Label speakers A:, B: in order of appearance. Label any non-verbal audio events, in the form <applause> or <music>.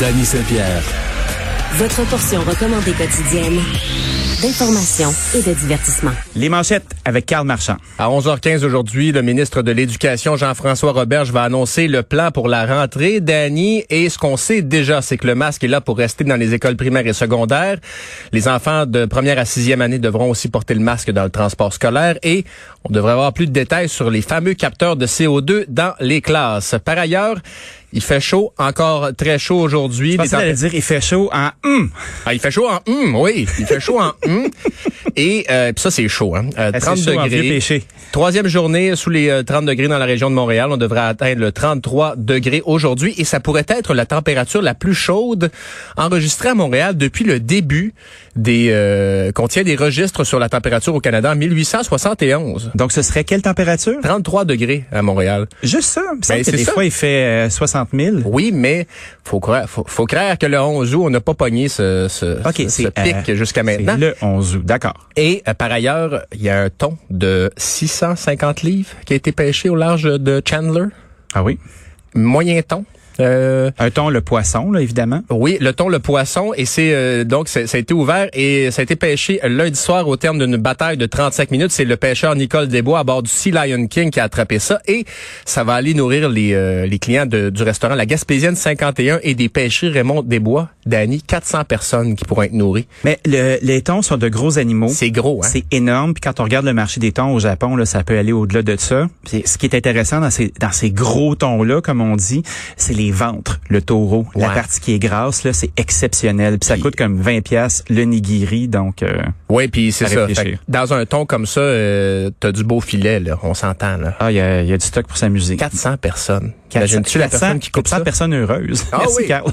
A: Danny Saint-Pierre.
B: Votre portion recommandée quotidienne d'information et de divertissement.
C: Les manchettes avec Karl Marchand.
D: À 11h15 aujourd'hui, le ministre de l'Éducation, Jean-François Roberge, va annoncer le plan pour la rentrée. Dany, et ce qu'on sait déjà, c'est que le masque est là pour rester dans les écoles primaires et secondaires. Les enfants de première à sixième année devront aussi porter le masque dans le transport scolaire et on devrait avoir plus de détails sur les fameux capteurs de CO2 dans les classes. Par ailleurs, il fait chaud, encore très chaud aujourd'hui.
C: Je pensais
D: Les
C: d'aller dire il fait chaud en hum.
D: ah, il fait chaud en hum, oui, il fait
C: <laughs>
D: chaud en hum. Et euh, puis ça c'est chaud hein. Euh,
C: Ah, c'est
D: 30
C: chaud en vieux
D: degrés.
C: péché.
D: Troisième journée sous les euh, 30 degrés dans la région de Montréal, on devrait atteindre le 33 degrés aujourd'hui et ça pourrait être la température la plus chaude enregistrée à Montréal depuis le début des euh, qu'on tient des registres sur la température au Canada en 1871.
C: Donc ce serait quelle température?
D: 33 degrés à Montréal.
C: Juste ça. Il me semble
D: Ben,
C: que
D: c'est
C: des
D: ça.
C: fois il fait euh, 60 000.
D: Oui, mais faut croire, faut, faut croire que le 11 août, on n'a pas pogné ce, ce,
C: Ok,
D: ce-
C: c'est,
D: ce pic
C: euh,
D: jusqu'à
C: C'est
D: maintenant.
C: le 11 août. D'accord.
D: Et euh, par ailleurs, il y a un thon de 650 livres qui a été pêché au large de Chandler.
C: Ah oui.
D: Moyen thon. Euh,
C: Un ton le poisson, là, évidemment.
D: oui, le thon, le poisson, et c'est euh, donc c'est- ça a été ouvert et ça a été pêché lundi soir au terme d'une bataille de 35 minutes. C'est le pêcheur Nicole Desbois à bord du Sea Lion King qui a attrapé ça et ça va aller nourrir les, euh, les clients de- du restaurant La Gaspésienne 51 et des pêcheries Raymond Desbois, Dany, 400 personnes qui pourront être nourries.
C: Mais le- les thons sont de gros animaux.
D: C'est gros, hein?
C: C'est énorme. Puis quand on regarde le marché des thons au Japon, là, ça peut aller au-delà de ça. Puis ce qui est intéressant dans ces, dans ces gros thons-là, comme on dit, c'est les ventres, le taureau. La
D: Ouais.
C: partie qui est grasse, là, c'est exceptionnel. Puis ça coûte comme 20 pièces le nigiri, donc... euh,
D: Oui, puis c'est
C: À
D: ça.
C: réfléchir.
D: Fait que dans un ton comme ça, euh, t'as du beau filet, là. On s'entend, là.
C: ah, il y a, il y a du stock pour s'amuser.
D: 400 personnes. Imagine-tu la personne qui coupe
C: 400
D: ça?
C: personnes heureuses.
D: Ah
C: Merci,
D: oui.
C: Carl.